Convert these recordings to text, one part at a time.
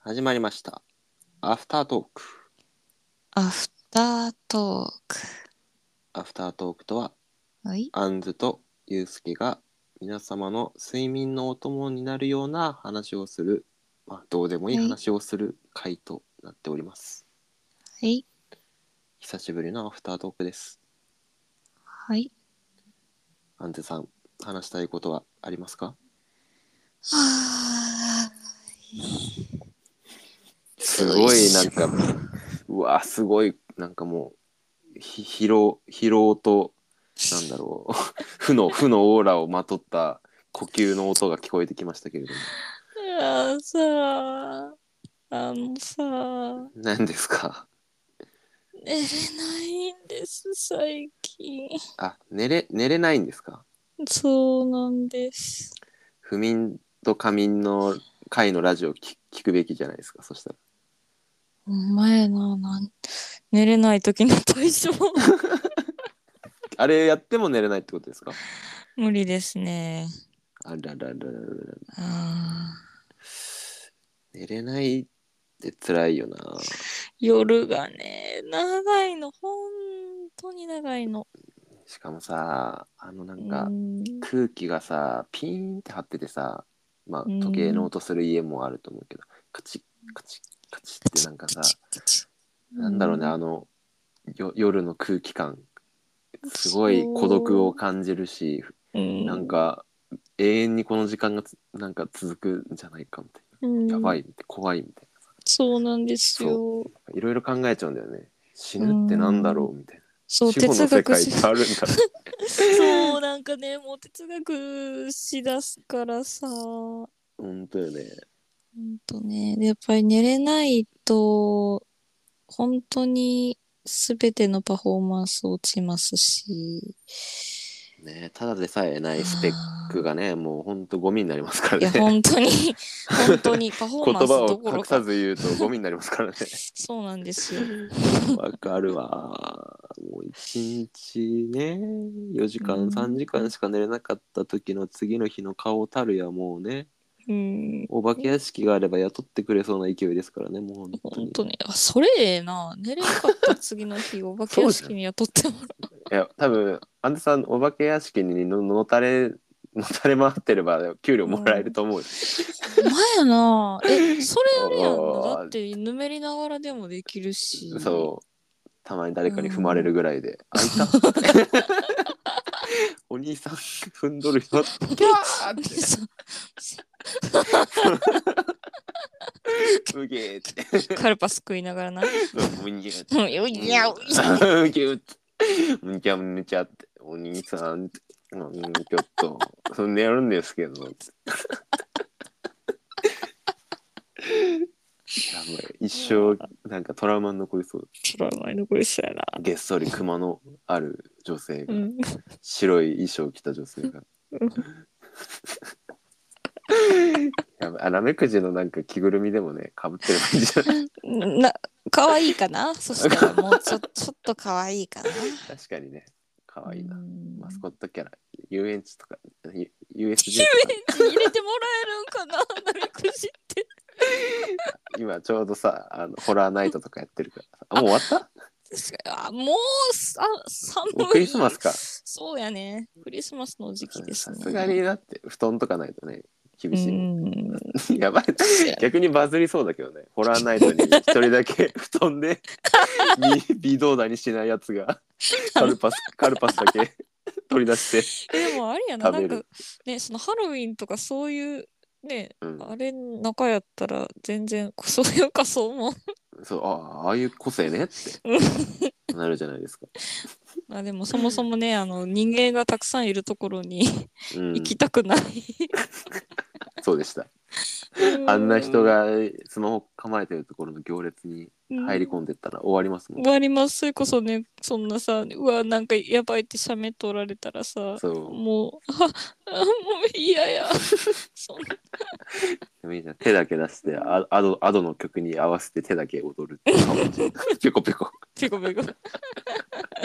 始まりました。アフタートーク。アフタートーク。アフタートークとは、はい。アンズとユうスケが皆様の睡眠のお供になるような話をする、まあ、どうでもいいはい話をする回となっております。はい。久しぶりのアフタートークです。はい。アンズさん、話したいことはありますかはーい。すごい、なんよいしか、 うわ、すごい、なんかもう、ひ疲労、疲労と、なんだろう、 負の、負のオーラをまとった呼吸の音が聞こえてきましたけれども。ょいやさ、あのさ、何ですか 寝れないんです、最近。あ寝れ寝れないんですかそうなんです。不眠と仮眠の回のラジオ聞聞くべきじゃないですかそしたらお前な、なん寝れない時の対処あれやっても寝れないってことですか無理ですね。あららららららあー寝れないって辛いよな夜がね、長いの、本当に長いの。しかもさあのなんかうん空気がさピーンって張っててさまあうん時計の音する家もあると思うけどカチッカチッカチッってなんかさなんだろうねあのよ夜の空気感すごい孤独を感じるしうん、なんか永遠にこの時間がつなんか続くんじゃないかみたいうん、なやばいみたい怖いみたいそうなんですよないろいろ考えちゃうんだよね死ぬってなんだろうみたいそなう死後哲の世学界っしてあるんだ そうなんかねもう哲学しだすからさほ本当よねんとねでやっぱり寝れないと本当に全てのパフォーマンス落ちますしねただでさえないスペックがねもうほんとゴミになりますかあーいらやね本 当に本当にパフォー言マンス葉どをころ隠かさず言うとゴミになりますからねそうなんですよ わかるわもう一日ね4時間うん3時間しか寝れなかった時の次の日の顔たるやもうねうんお化け屋敷があれば雇ってくれそうな勢いですからね、もう本当本に。当にあそれええな寝れなかった次の日お化け屋敷に雇ってもいらうや、多分、アンデさん、お化け屋敷にののたれ、 のたれ回ってれば、給料もらえると思うよ。お前やな えそれあれやんおなーだってぬめりながらでもできるしそう。たまに誰かに踏まれるぐらいで。あいた お兄さん、踏んどるよ。キャーって、そううげーって、 カルパス食いながらなむにゃーって。うんよいやううぎゅーって。むちゃむちゃって、お兄さんって。うんちょっと、そんでやるんですけど。ってやばい一生なんかトラウマに残りそうトラウマに残りそうやなげっそり熊のある女性うが、ん白い衣装を着た女性がうんやばいあナメクジのなんか着ぐるみでもねかぶってるいいんじゃないな可愛いかなそしたらも うちょちょっと可愛いかな確かにねかわいいなうんマスコットキャラ遊園地とか ゆ USJ 遊園とか地に入れてもらえるんかななめくじ って今ちょうどさあのホラーナイトとかやってるからさあもう終わった確かにあもうさ寒もういクリスマスかそうやねクリスマスの時期ですさねすがにだって布団とかないとね厳うしい、ん やばい逆にバズりそうだけどねホラーナイトに一人だ け布団で み微動だにしないやつがカルパスカルパスだ け取り出して、えでもあれやなな食べんるかねそのハロウィンとかそういうねうん、あれ中やったら全然そういう仮装もそうあああいう個性ねってうんなるじゃないですか、まあでもそもそもねあの人間がたくさんいるところにうん行、きたくないそうでしたあんな人がスマホ構えてるところの行列に入りむ込んでったら終わりますもん、終わりますそれこそねそんなさうわなんかやばいって写メ撮られたらさそうもうああもう嫌やそんなでもいいじゃん手だけ出してあアドアドの曲に合わせて手だけ踊るって いうかペコペコペコペコ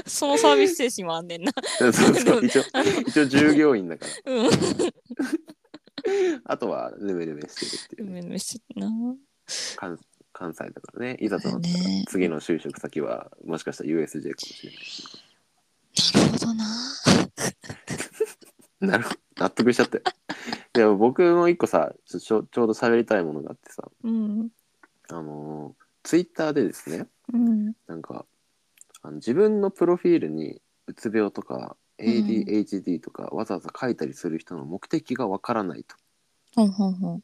そのサービス精神はあんねんなそうそう一応一応従業員だからうんあとはヌメヌメしてるっていううね、めうめしてんな関関西だからねいざとなったらだよね次の就職先はもしかしたら USJ かもしれないしなるほどな。なるほど納得しちゃったよ でも僕も一個さちょちょちょうど喋りたいものがあってさうん。あのツイッター Twitter でですねうん。なんかあの自分のプロフィールにうつ病とか ADHD とか、わざわざ書いたりする人の目的がわからないとほんほんほん。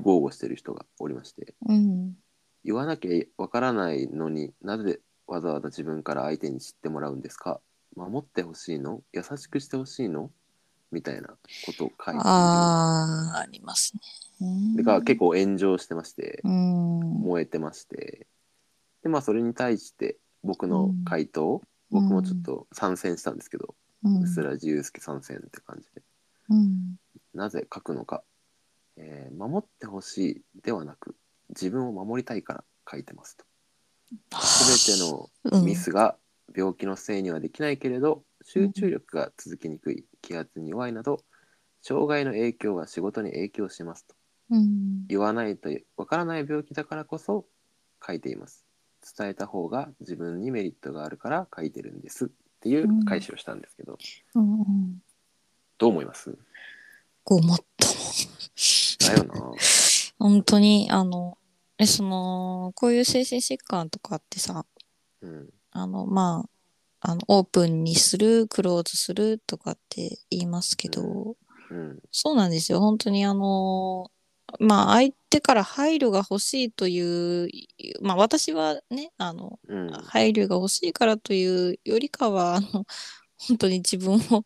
豪語してる人がおりましてうん。言わなきゃわからないのになぜわざわざ自分から相手に知ってもらうんですか守ってほしいの優しくしてほしいのみたいなことを書いているああ、ありますね。でが結構炎上してましてうん。燃えてましてでまあそれに対して僕の回答、うん僕もちょっと参戦したんですけど、うんうすらじゆうすけ参戦って感じでうん。なぜ書くのか、えー守ってほしいではなく自分を守りたいから書いてますと全てのミスが病気のせいにはできないけれど集中力が続きにくい気圧に弱いなど障害の影響が仕事に影響しますとうん。言わないとわからない病気だからこそ書いています伝えた方が自分にメリットがあるから書いてるんですっていう解釈をしたんですけど、うん。うん。どう思いますごもっとも。だよな本当に、あの、え、その、こういう精神疾患とかってさ、うんあの、まあ、あの、オープンにする、クローズするとかって言いますけど、ううんそうなんですよ。本当にあの、まあ、相手から配慮が欲しいという、まあ、私はね、あの、うん配慮が欲しいからというよりかは、あの、本当に自分を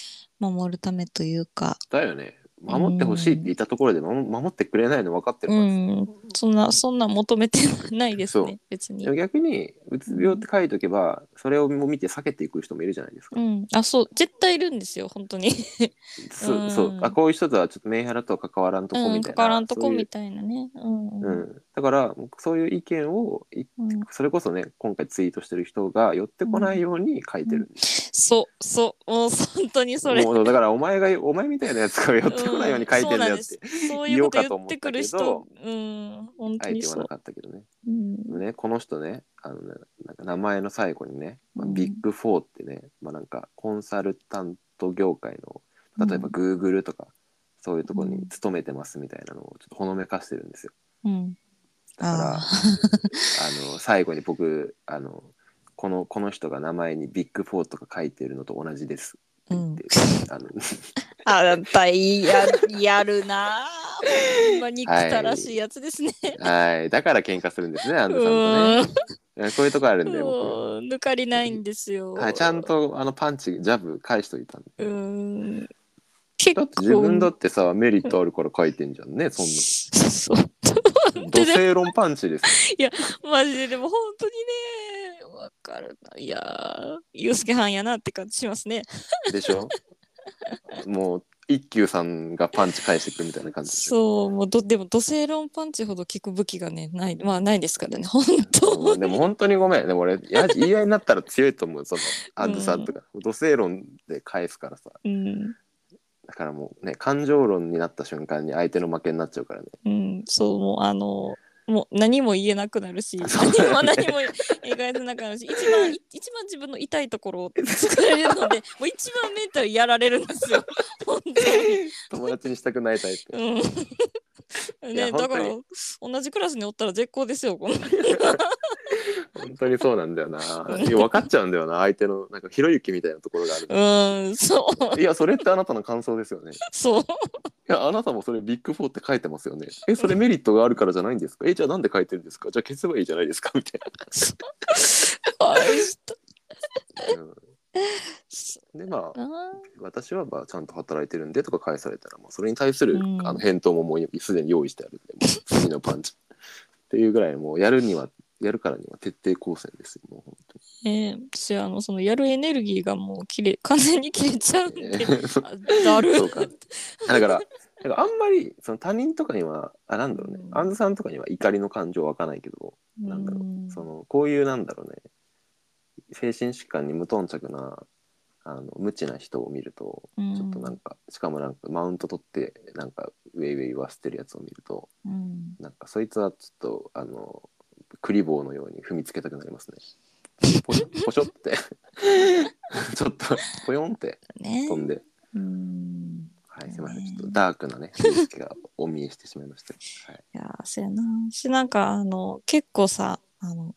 守るためというか、だよね守ってほしいって言ったところで守守ってくれないの分かってるうからさ、ん、そんな、そんな求めてないですそうね、別にでも。逆にうつ病って書いとけば、それを見て避けていく人もいるじゃないですか、うん、あ、そう、絶対いるんですよ、本当に。そううんそうあこういう人とはちょっとメンヘラとは関わらんとこうみん、たいな、関わらんとこそういうみたいなね。うん、う、うんだからそういう意見をいん、うん。それこそね今回ツイートしてる人が寄ってこないように書いてるんです、そう、そう、もう本当にそれ。もうだからお前がお前みたいなやつが寄ってこないように書いてるんだよって、うんそうなんですそういうこと言ってくる言おう人、うん、本あ当えてに言わそなう。かったけどねうん、でもねこの人ねあのねなんか名前の最後にね、まあ、うんビッグフォーってね、まあ、なんかコンサルタント業界の例えばグーグルとか、そういうところに勤めてますみたいなのをちょっとほのめかしてるんですようん、だからああの最後に僕あのこのこの人が名前にビッグフォーとか書いてるのと同じですって言って、あの あなたややるなぁ。ほんま憎たらしいやつですね。はいだから喧嘩するんですねアンうドさんとねん、こういうとこあるんで僕うん抜かりないんですよ。はい、ちゃん。とあのパンチジャブ返しといたんでうん。結だ構って。自分だってさメリットあるから書いてんじゃんねそんそう。な当土だ星論パンチですマジで、でも本当にね、わかるな。いやー、ユースケはんやなって感じしますね。よでしょもう一休さんがパンチ返してくるみたいな感じでしょそう、もうど、でも、土星論パンチほど効く武器がね、ない、まあ、ないですからね、本当うんでも本当にごめんでも俺やじ言い合いになったら強いと思うそのアンドさんとか、土星論で返すからさうん、だからもうね感情論になった瞬間に相手の負けになっちゃうからねうん、そう、もう、あの、もう何も言えなくなる し、そう何だもね何も描いてなくなるし、一番、い一番自分の痛いところを作られるので、 もう一番メンタルやられるんです よ。本当に。友達にしたくないタイプうん。いやね、だから本、同じクラスにおったら絶好ですよ、この。本当にそうなんだよな分かっちゃうんだよな相手のなんかひろゆきみたいなところがある、うん、そう、いやそれってあなたの感想ですよねそう。いやあなたもそれビッグフォーって書いてますよねえそれメリットがあるからじゃないんですかえ じゃあなんで書いてるんですかじゃあ消せばいいじゃないですかみたい あれしたな、うん、でまあな私はまあちゃんと働いてるんでとか返されたらもうそれに対する、うんあの返答ももうすでに用意してあるんでもう次のパンチ っていうぐらいもうやるにはやるからには徹底抗戦ですよもう本ねえ、私あのそのやるエネルギーがもう切れ完全に切れちゃうん当に で、ね そうあだるそうかだからなんかあんまりその他人とかにはあなんだろうね、うんアンズさんとかには怒りの感情は湧かないけどなんだろうんそのこういうなんだろうね精神疾患に無頓着なあの無知な人を見るとうんちょっとなんかしかもなんかマウント取ってなんかウェイウェイ言わせてるやつを見るとうんなんかそいつはちょっとあのクリボーのように踏みつけたくなりますね。ポシ ョポショって ちょっとポヨンってね。飛んで、うん。はい、すいませんちょっとダークなね意識がお見えしてしまいました。はい、いやー、そうやな。し、なんか、あの、結構さ、あの、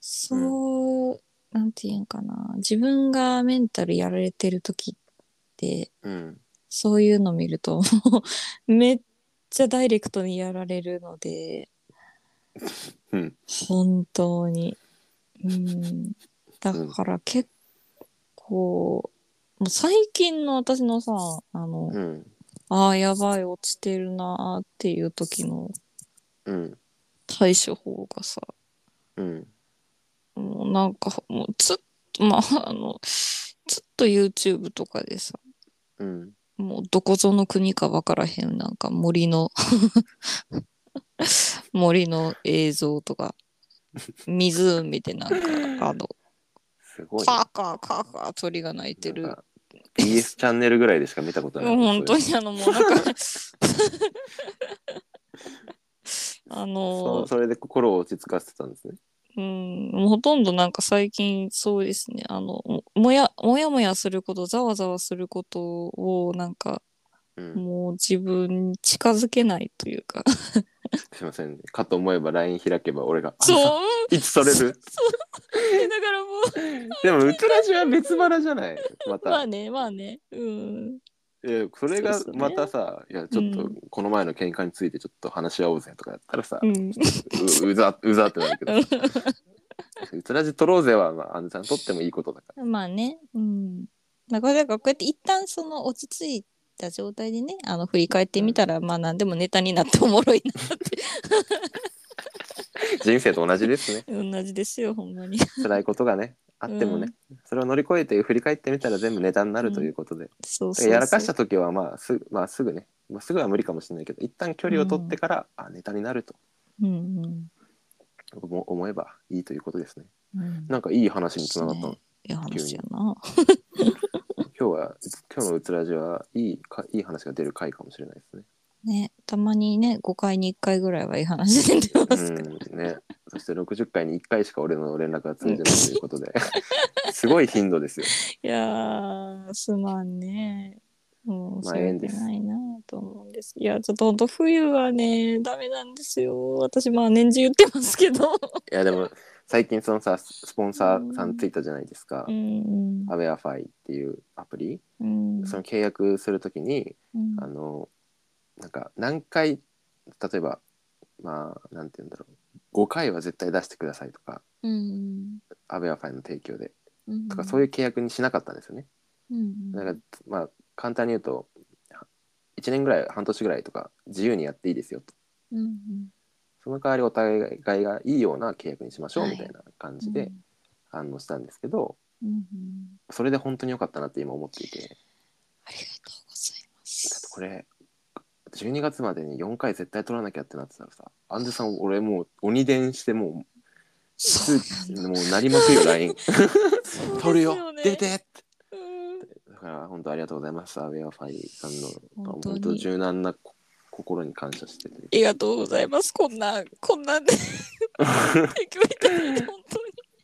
そう、なんていうんかな。自分がメンタルやられてる時って、うんそういうの見ると、もう、めっちゃダイレクトにやられるので、うん本当に。うん。だから結構、もう最近の私のさ、あの、うんああ、やばい、落ちてるなーっていう時のうん対処法がさ、うんもうなんか、もうずっと、まあ、あの、ずっと YouTube とかでさ、うんもうどこぞの国かわからへん、なんか森の、森の映像とか、湖でなんか、あの、すごいね。カーカーカーカー鳥が鳴いてなんる。か BS チャンネルぐらいでしか見たことない。もう 本そ当ういうにあの、もうなん か、あそのうそれで心を落ち着かせてたんですね。うん、もうほとんどなんか最近そうですね。あの、ももや、もやもやすること、ざわざわすることをなんかうん、もう自分に近づけないというか。すいません、かと思えば LINE 開けば俺が「そうあ いつそれる?だからもう、」でもウトラジは別腹じゃないまた、まあね、まあね。うん。いやそれがそうっすねまたさ、いやちょっうとんこの前の喧嘩についてちょっと話し合おうぜとかやったらさ、う。うんうざうざってなるけどウトラジ取ろうぜは、まあ、あんちゃんとってもいいことだかまあね。うん。だから、だからこうやって一旦その落ち着いた状態でね、あの、振り返ってみたら、まあ何でもネタになっておもろいなって。ら人生と同じですね同じですよ、ほんまに。辛いことがねあってもね、それを乗り越えて振り返ってみたら全部ネタになるということで、そうそうそう。やらかした時はまあすぐ,、まあ、すぐね、まあ、すぐは無理かもしれないけど一旦距離を取ってから、あネタになるとうんうん。思思えばいいということですねうんなんかいい話につながったの、ねいや話やな。今日は今日のうつらじはいいかいい話が出る回かもしれないですねね、たまにね、5回に1回ぐらいはいい話出てますから。うんねそして60回に1回しか俺の連絡が通じないということですごい頻度 ですよいやー、すまんね。もう、まあそうい縁うですないなと思うんです。いや、ちょっとほんと冬はね、ダメなんですよ。私、まあ、年中言ってますけど。いやでも最近そのさスポンサーさんついたじゃないですか、うん。アウェアファイっていうアプリ、うん。その契約するときにうんあのなんか何回例えばまあなんて言うんだろう5回は絶対出してくださいとかうん。アベアファイの提供でうん。とかそういう契約にしなかったんですよね。うん。だからまあ簡単に言うと1年ぐらい半年ぐらいとか自由にやっていいですよとうん。その代わりお互いがいいような契約にしましょうみたいな感じで反応したんですけど、うん。うん。それで本当に良かったなって今思っていてだありがとうございまってす。これ12月までに4回絶対取らなきゃってなってたらさアンジュさん俺もう鬼伝してもうそうやなもうなりますよ LINE そうですね取るよ出てってうんだから本当ありがとうございますアウェアファイさんの本本当当に柔軟なこ心に感謝しててありがとうございます。こんな、こん なんで 提供いただいて本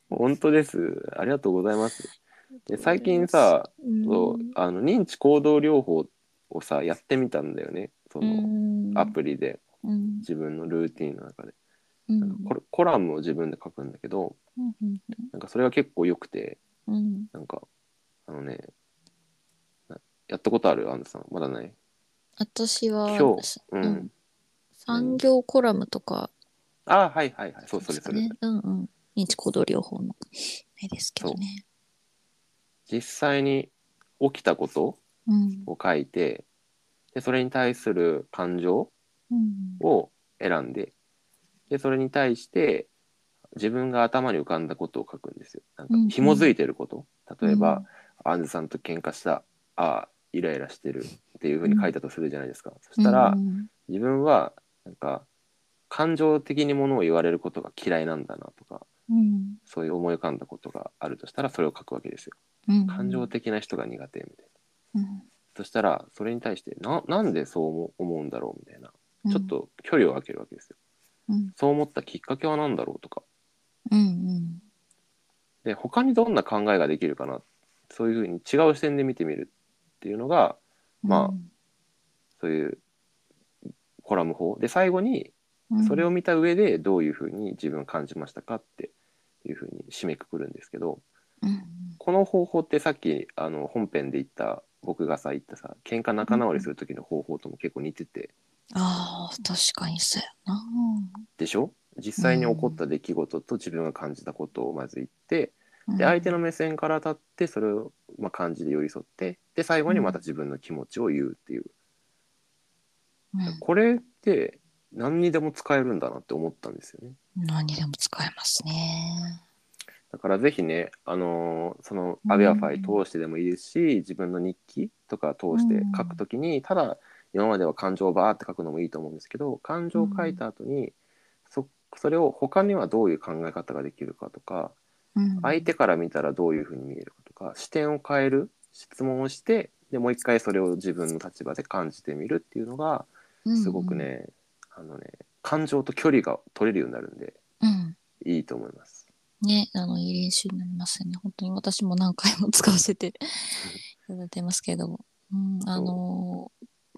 当本当ですありがとうございますでに。最近さ、うん、そうあの認知行動療法をさやってみたんだよねそのアプリでリ、うん自分のルーティンの中でうんコラコラムを自分で書くんだけどうんなんかそれが結構良くてうんなんかあのねなやったことあるアンズさんまだない私は今日うん、うん産業コラムとか、ああはいはいはいそうそれそれ、ね、うんうん認知行動療法のあれですけどね。実際に起きたことうんを書いてでそれに対する感情うんを選んででそれに対して自分が頭に浮かんだことを書くんですよ。なんかうんうん紐づいてること、例えば、アンズさんと喧嘩したああイライラしてるっていうふうに書いたとするじゃないですか。そしたら、うん自分はなんか感情的にものを言われることが嫌いなんだなとかうんそういう思い浮かんだことがあるとしたらそれを書くわけですよ。うん、感情的な人が苦手みたいな。うんそしたらそれに対してななんでそう思う思うんだろうみたいなうんちょっと距離を空けるわけですよ、うんそう思ったきっかけは何だろうとかうんで他にどんな考えができるかなそういうふうに違う視点で見てみるっていうのがうん。まそういうコラム法で最後にあそれを見た上でどういうふうに自分を感じましたかっていうふうに締めくくるんですけどこの方法ってさっきあの本編で言った僕がさ言ったさ喧嘩仲直りする時の方法とも結構似ててあー、確かにそうやな。でしょ実際に起こった出来事と自分が感じたことをまず言ってうんで相手の目線から立ってそれをまあ感じで寄り添ってで最後にまた自分の気持ちを言うっていううんこれって何にでも使えるんだなって思ったんですよね。何でも使えますね。だからぜひね、あのーそのアベアファイ通してでもいいですし、自分の日記とか通して書くときに、ただ今までは感情をバーって書くのもいいと思うんですけど感情を書いた後に、そそれを他にはどういう考え方ができるかとかうん相手から見たらどういうふうに見えるかとか視点を変える質問をしてでもう一回それを自分の立場で感じてみるっていうのがすごく。ね、あのね感情と距離が取れるようになるんでうんうん。いいと思います。ね、あの、いい練習になりますよね。本当に私も何回も使わせていただいてますけれども。うん、あの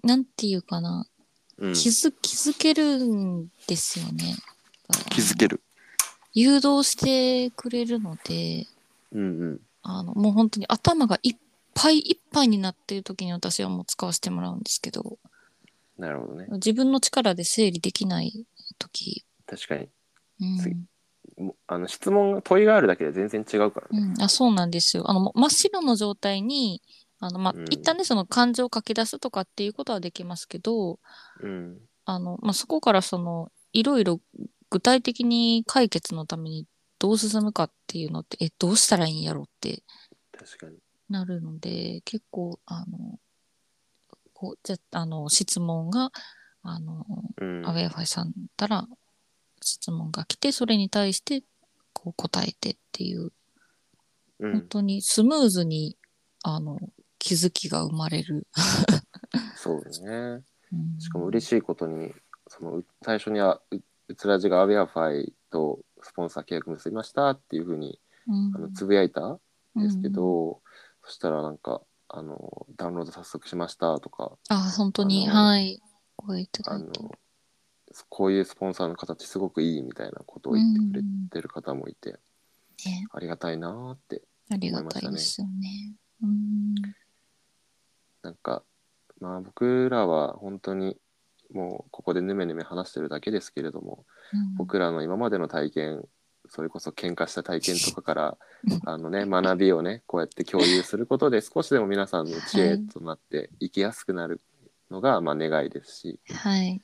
ー、なんていうかな。うん、気づ気づけるんですよね。気づける。誘導してくれるので、うんうん。あの、もう本当に頭がいっぱいいっぱいになってる時に私はもう使わせてもらうんですけど、なるほどね。自分の力で整理できない時、確かに。うん次。もあの質問、問いがあるだけで全然違うからね。うん、あそうなんですよ。あのもう真っ白の状態にあの、まあうん一旦ねその感情を書き出すとかっていうことはできますけどうん。あの、まあ、そこからそのいろいろ具体的に解決のためにどう進むかっていうのってえどうしたらいいんやろって確かに。なるので結構あのこうじゃあの質問があの、うん。アウェイファイさんから質問が来てそれに対してこう答えてっていうう本ん、当にスムーズにあの気づきが生まれる。そうですね。うんしかも嬉しいことに、そのう最初にはううつらじがアウェアファイとスポンサー契約結びましたっていうふうにうんあのつぶやいたんですけど、そしたらなんか、あの、ダウンロード早速しましたとか、あ本当にあのはい声いただあいのて。、こういうスポンサーの形すごくいいみたいなことを言ってくれうんてる方もいて、ね、ありがたいなーってありがたいですよね。うんなんかまあ僕らは本当にもうここでヌメヌメ話してるだけですけれどもうん僕らの今までの体験それこそ喧嘩した体験とかからあのね学びをねこうやって共有することで少しでも皆さんの知恵となって生きやすくなるのがまあ願いですしはい。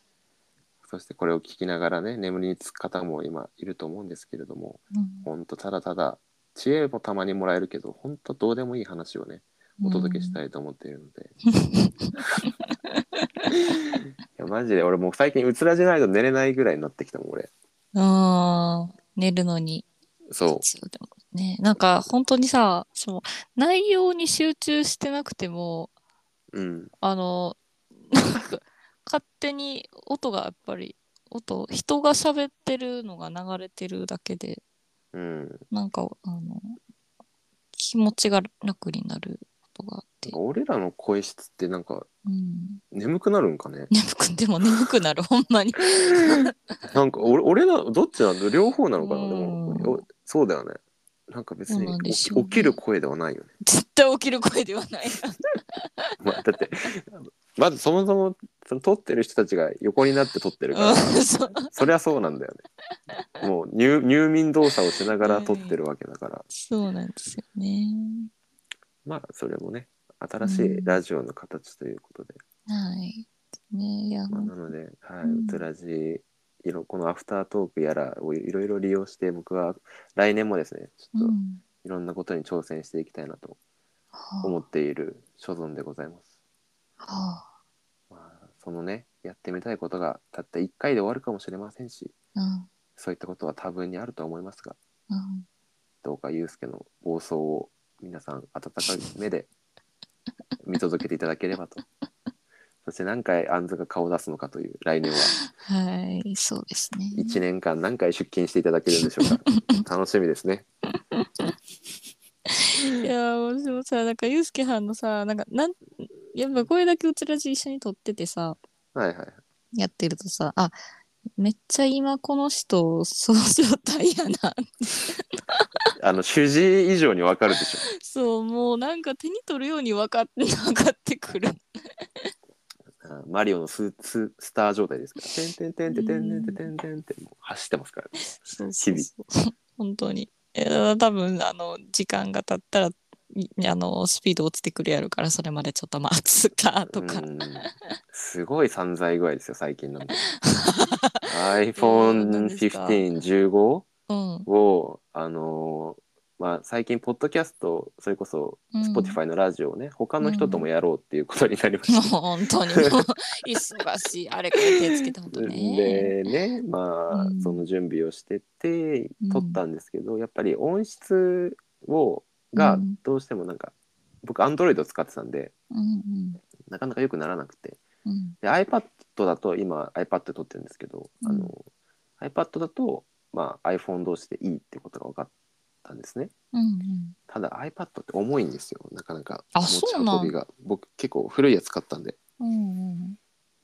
そしてこれを聞きながらね眠りにつく方も今いると思うんですけれどもうん本当ただただ知恵もたまにもらえるけど本当どうでもいい話をねお届けしたいと思 っているので。いやマジで俺もう最近うつらじないと寝れないぐらいになってきたもん俺うんあー寝るのにそ必要でもねなんか本当にさその内容に集中してなくてもううんあの、なんか、勝手に音がやっぱり、音、人が喋ってるのが流れてるだけで、うんなんか、あの、気持ちが楽になることがあって、俺らの声質ってなんかうん。眠くなるんかね眠く、でも眠くなる、ほんまに。なんか俺俺らどっちなんだ両方なのかなでうんもおそうだよねなんか別そうになんで起しき,、ょうねる声ではないよね、絶対起きる声ではない。まあ、だってまずそもそもその撮ってる人たちが横になって撮ってるから、うんそうそりゃそうなんだよねもう入入眠動作をしながら撮ってるわけだからそうなんですよね。まあそれもね新しいラジオの形ということで、はい。ねいや、まあ、本なので、はい、うんうつらじいろこのアフタートークやらをいろいろ利用して僕は来年もですねち当ょっうとん。いろんなことに挑戦していきたいなとは思っている所存でございます、あ、はまあ、そのねやってみたいことがたった1回で終わるかもしれませんしあ、うん、そういったことは多分にあるとは思いますがうん。どうかゆうすけの暴走を 皆さん温かい目で見届けていただければとそして何回アンズが顔を出すのかという来年ははい、そうですね。 1年間何回出勤していただけるんでしょうか楽しみですねいやー、私もさ、なんか、ゆうすけはんのさ、なんか、なん、やっぱこれだけうちらじ一緒に撮っててさ、はいはいやってるとさ、あ、めっちゃ今この人、その状態やな。 あの主治以上にわかるでしょそう、もうなんか手に取るように分かって、分かってくる。あマリオのスススター状態ですから「てんてんてんてんてんてんてんてん」ってもう走ってますからねそうそうそう。本当に。いやー多分、あの、時間が経ったら、いあの、スピード落ちてくるやるから、それまでちょっと待つか、とか。うんすごい散財具合ですよ最近なんていや何ですか iPhone1515 うん。をあのーまあ最近ポッドキャストそれこそうん Spotify のラジオをね、他の人ともやろうっていうことになりま もうした、本当にもう 忙しいあれから手つけたこと ね。でねまあ、うんその準備をしててうん撮ったんですけど、やっぱり音質をがうんどうしてもなんか、僕 Android を使ってたんでうんなかなか良くならなくてうんうんで iPad だと今 iPad で撮ってるんですけど、あの iPad だと、まあ、iPhone 同士でいいってことが分かったんですねうんうんただ iPad って重いんですよなかなかあ持ちそうなん運びが僕結構古いやつ買ったんで、うんうん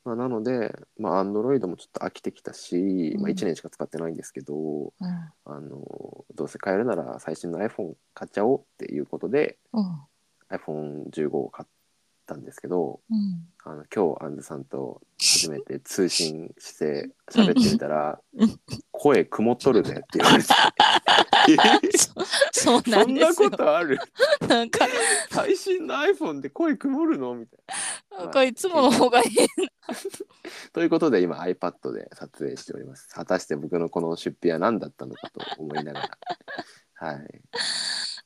まあ、なので、まあ、Android もちょっと飽きてきたし、うんまあ、1年しか使ってないんですけどうんあのどうせ買えるなら最新の iPhone 買っちゃおうっていうことで iPhone15 を買ったんですけどうんあの今日アンズさんと初めて通信して喋ってみたらうん「声曇っとるぜ」って言われて そそう なそんんでなすよこ。とあるなんか最新の iPhone で声曇るのみたいな。なんかいつもの方がいい。ということで今 iPad で撮影しております。果たして僕のこの出費は何だったのかと思いな がら。はい。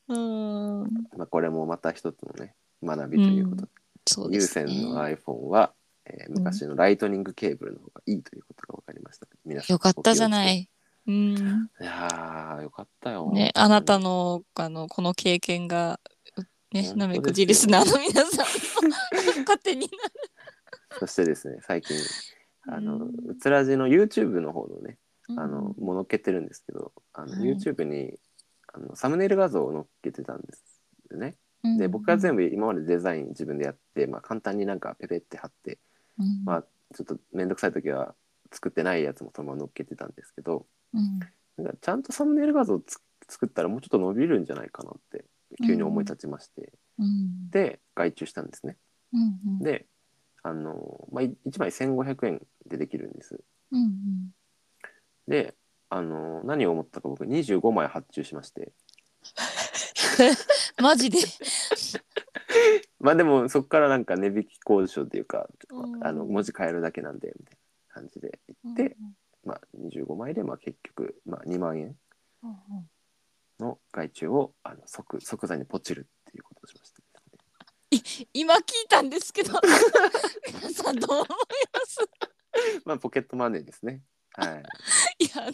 うんまあこれもまた一つのね学びということで、そうで有す線ね。の iPhone は、えー昔のライトニングケーブルの方がいいということが分かりました。皆さんよかったじゃなお気をい。うん。つけて。いやーよかったよ。ね、あなたのあのこの経験が。ね、本当ですよなめくじリスナーの皆さんも勝手にそしてですね最近あの、ううんつらじの YouTube の方のねな。あのものっけてるんですけどあのはい YouTube にあのサムネイル画像を載っけてたんですよね。うん、で僕は全部今までデザイン自分でやって、まあ、簡単になんかペペって貼って部、うんまあちょっと面倒くさい時は作ってないやつもそのまま乗っけてたんですけどうんなんかちゃんとサムネイル画像をつ作ったらもうちょっと伸びるんじゃないかなって急に思い立ちまして、うんで外注したんですね。うんうんであの、まあ、1枚1500円でできるんです。うんうんであの何を思ったか僕25枚発注しましてマジで。まあでもそこからなんか値引き交渉っていうかうんあの文字変えるだけなんでみたいな感じで行って、まあ、25枚で、まあ、結局、まあ、2万円うんうんの外注をあの即即座にポチるっていうことをしました。今聞いたんですけど 皆さんどう思います まあ、ポケットマネーですね。はいやあの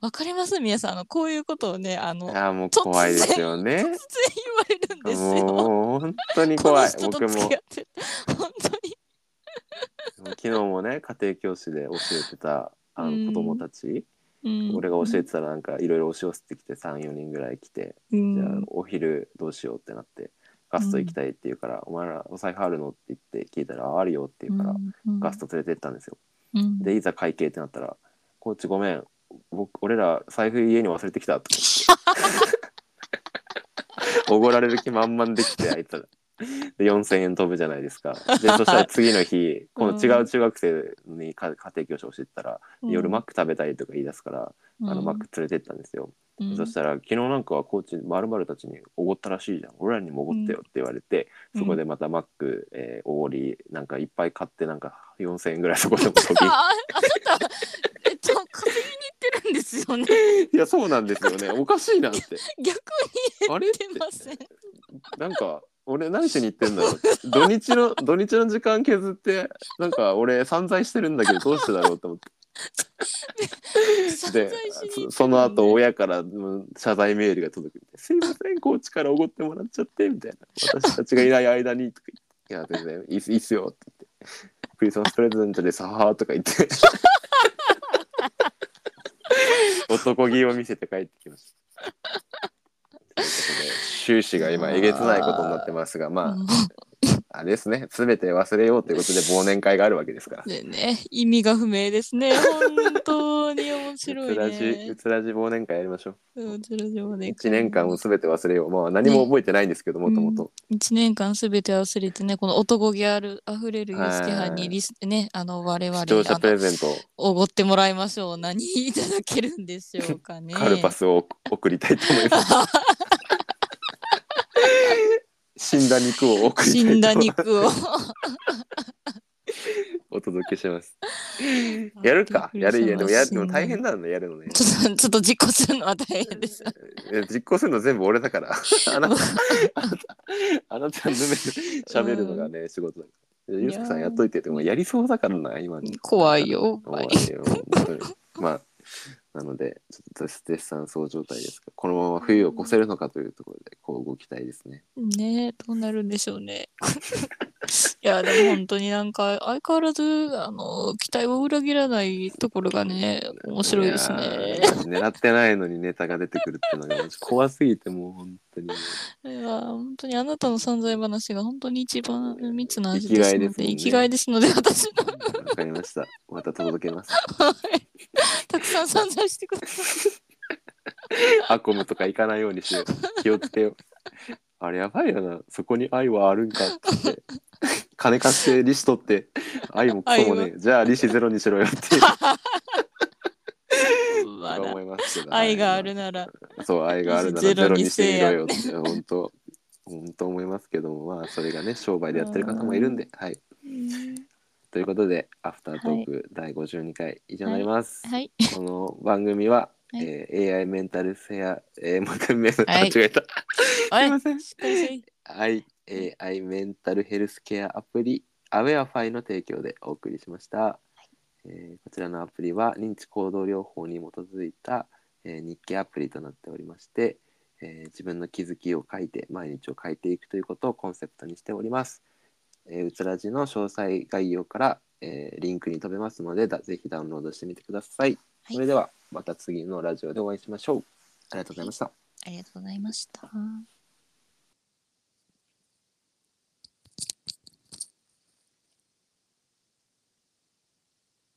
わかります皆さんあのこういうことをねあのい。い突然や、もう怖いですよ言ねわ。れるんですよ。もう本当にこ怖のい。人僕と付もき合って本当に。昨日もね、家庭教師で教えてた。あうんの子供たち、うん俺が教えてたらなんかいろいろ押し寄せてきて34人ぐらい来て、うんじゃあお昼どうしようってなってガスト行きたいって言うから、お前らお財布あるのって言って聞いたらああるよって言うから、うんガスト連れてったんですようんでいざ会計ってなったら「コーチごめん僕俺ら財布家に忘れてきた」とか 言っておごられる気満々できてあいつらで4,000円飛ぶじゃないですかでそしたら次の 日この違う中学生にか家庭教師を教えてたら、夜マック食べたいとか言い出すから、あのマック連れてったんですよ、うんそしたら昨日なんかはコーチまるたちにおごったらしいじゃん俺らにもおごってよって言われて、うんそこでまたマック、えーおごりなんかいっぱい買ってなんか4,000円ぐらいそこでも飛びああなたえっと稼ぎに行ってるんですよねいやそうなんですよねおかしいなって逆にあれっ言ってません。てなんか俺何しに行ってんだろうって土日の土日の時間削ってなんか俺散財してるんだけどどうしてだろうと思っ散てで財しに行ってるもんねそその後親からうん謝罪メールが届くみたいな「すいませんコーチからおごってもらっちゃって」みたいな「私たちがいない間に」とかいや全然いいっすいいっすよって言ってクリスマスプレゼントでさーとか言って男気を見せて帰ってきました。ということで収支が今えげつないことになってますがまうんああれですね全て忘れようということで忘年会があるわけですから。でね、意味が不明ですね。本当に面白ういつら じうね。つらじ忘年会やりましょう。うつらじ忘年1会年間を全て忘れよう。まあ何も覚えてないんですけどもともと。一年間すべて忘れてね、この男気あるあふれるユースケはんにリスね、あの我々視聴者あプのレゼントをおごってもらいましょう。何いただけるんでしょうかね。カルパスを送りたいと思います。 死んだ肉を送りたい死とんだ肉を。 お届けし ます。やるかやるやるやるでも大変ちなんだやるのね。ょっとちょっと実行するのは大変です。え実行するの全部俺だ から。あなた、あなた、あなたのめ喋るのがね、仕事だから。ゆうすけさんやっといてって、もうやりそうだからな、今。怖いよ。怖いよ、本当 に。まあ、なので、ちょっと絶賛そう状態ですが、このまま冬を越せるのかというところで、こう動きたいですね。ねえどうなるんでしょうね。 いやでも本当になんか相変わらずあの期待を裏切らないところがね面白いですねい。やー狙ってないのにネタが出てくるっていうのが、怖すぎて、もう本当に。いや本当にあなたの散財話が本当に一番密な味生きでがすいでのすもでんね生きがいですので私のわかりました。また届けます。たくさん散財してください。アコムとか行かないようにしよ う。気をつけよう。あれやばいよな。そこに愛はあるんかって。金貸して利子取って愛もクソもねじゃあ利子ゼロにしろよ っていうあら思いますけど愛があるならそう愛があるならゼゼロロににしてせみえやろよって本当本当思いますけどもまあそれがね商売でやってる方もいるんではいということでアフタートーク第52回以上になります、はいこの番組は、はいえー AI メンタルセア、えー、もう一回メンタル、はい間違えた。 すあいれません。しっかりせい I AI メンタルヘルスケアアプリ、アウェアファイの提供でお送りしました。えーこちらのアプリは認知行動療法に基づいた、えー日記アプリとなっておりまして、えー自分の気づきを書いて毎日を書いていくということをコンセプトにしております。えーうつらじの詳細概要から、えーリンクに飛べますのでだぜひダウンロードしてみてください。はいそれではまた次のラジオでお会いしましょう。ありがとうございました。ありがとうございました。